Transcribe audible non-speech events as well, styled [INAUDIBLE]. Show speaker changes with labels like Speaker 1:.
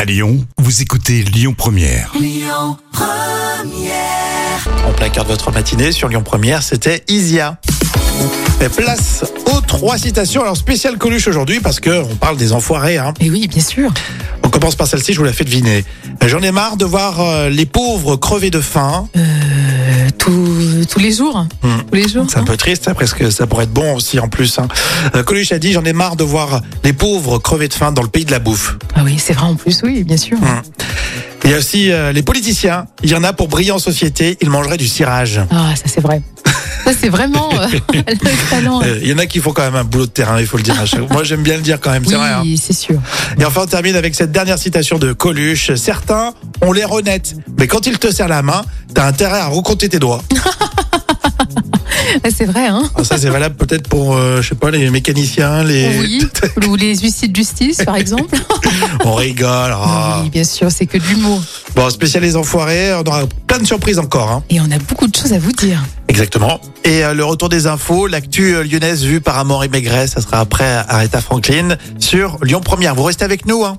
Speaker 1: À Lyon, vous écoutez Lyon Première.
Speaker 2: En plein cœur de votre matinée sur Lyon Première, c'était Isia. Mais place aux trois citations. Alors spécial Coluche aujourd'hui parce que on parle des enfoirés. hein.
Speaker 3: Et Eh oui, bien sûr.
Speaker 2: On commence par celle-ci, je vous la fais deviner. J'en ai marre de voir euh, les pauvres crever de faim.
Speaker 3: Euh, tous- tous les jours.
Speaker 2: Hmm.
Speaker 3: Tous les jours.
Speaker 2: C'est un peu triste, hein, parce que ça pourrait être bon aussi en plus. hein. Euh, Coluche a dit j'en ai marre de voir les pauvres crever de faim dans le pays de la bouffe.
Speaker 3: hein. Ah oui, c'est vrai en plus, oui, bien
Speaker 2: Mmh.
Speaker 3: sûr.
Speaker 2: Il y a aussi euh, les politiciens. Il y en a pour briller en société, ils mangeraient du cirage.
Speaker 3: Ah, ça c'est vrai. Ça c'est vraiment euh, [LAUGHS] le talent.
Speaker 2: Euh, Il y en a qui font quand même un boulot de terrain, il faut le dire. à chaque- Moi, j'aime bien le dire quand même, c'est vrai. hein.
Speaker 3: Oui, c'est sûr.
Speaker 2: Et enfin, on termine avec cette dernière citation de Coluche. Certains ont l'air honnêtes, mais quand ils te serrent la main, t'as intérêt à recompter tes doigts.
Speaker 3: Ah, C'est vrai, hein
Speaker 2: Alors ça, c'est valable peut-être pour, euh, je sais pas, les mécaniciens, les.
Speaker 3: Oui. Ou les huissiers de justice, par exemple.
Speaker 2: On rigole. ah.
Speaker 3: Oui, bien sûr, c'est que de l'humour.
Speaker 2: Bon, spécial les enfoirés, on aura plein de surprises encore. hein.
Speaker 3: Et on a beaucoup de choses à vous dire.
Speaker 2: Exactement. Et euh, le retour des infos, l'actu euh, lyonnaise vue par Amaury Maigret, ça sera après Aretha Franklin sur Lyon Première. Vous restez avec nous. Hein.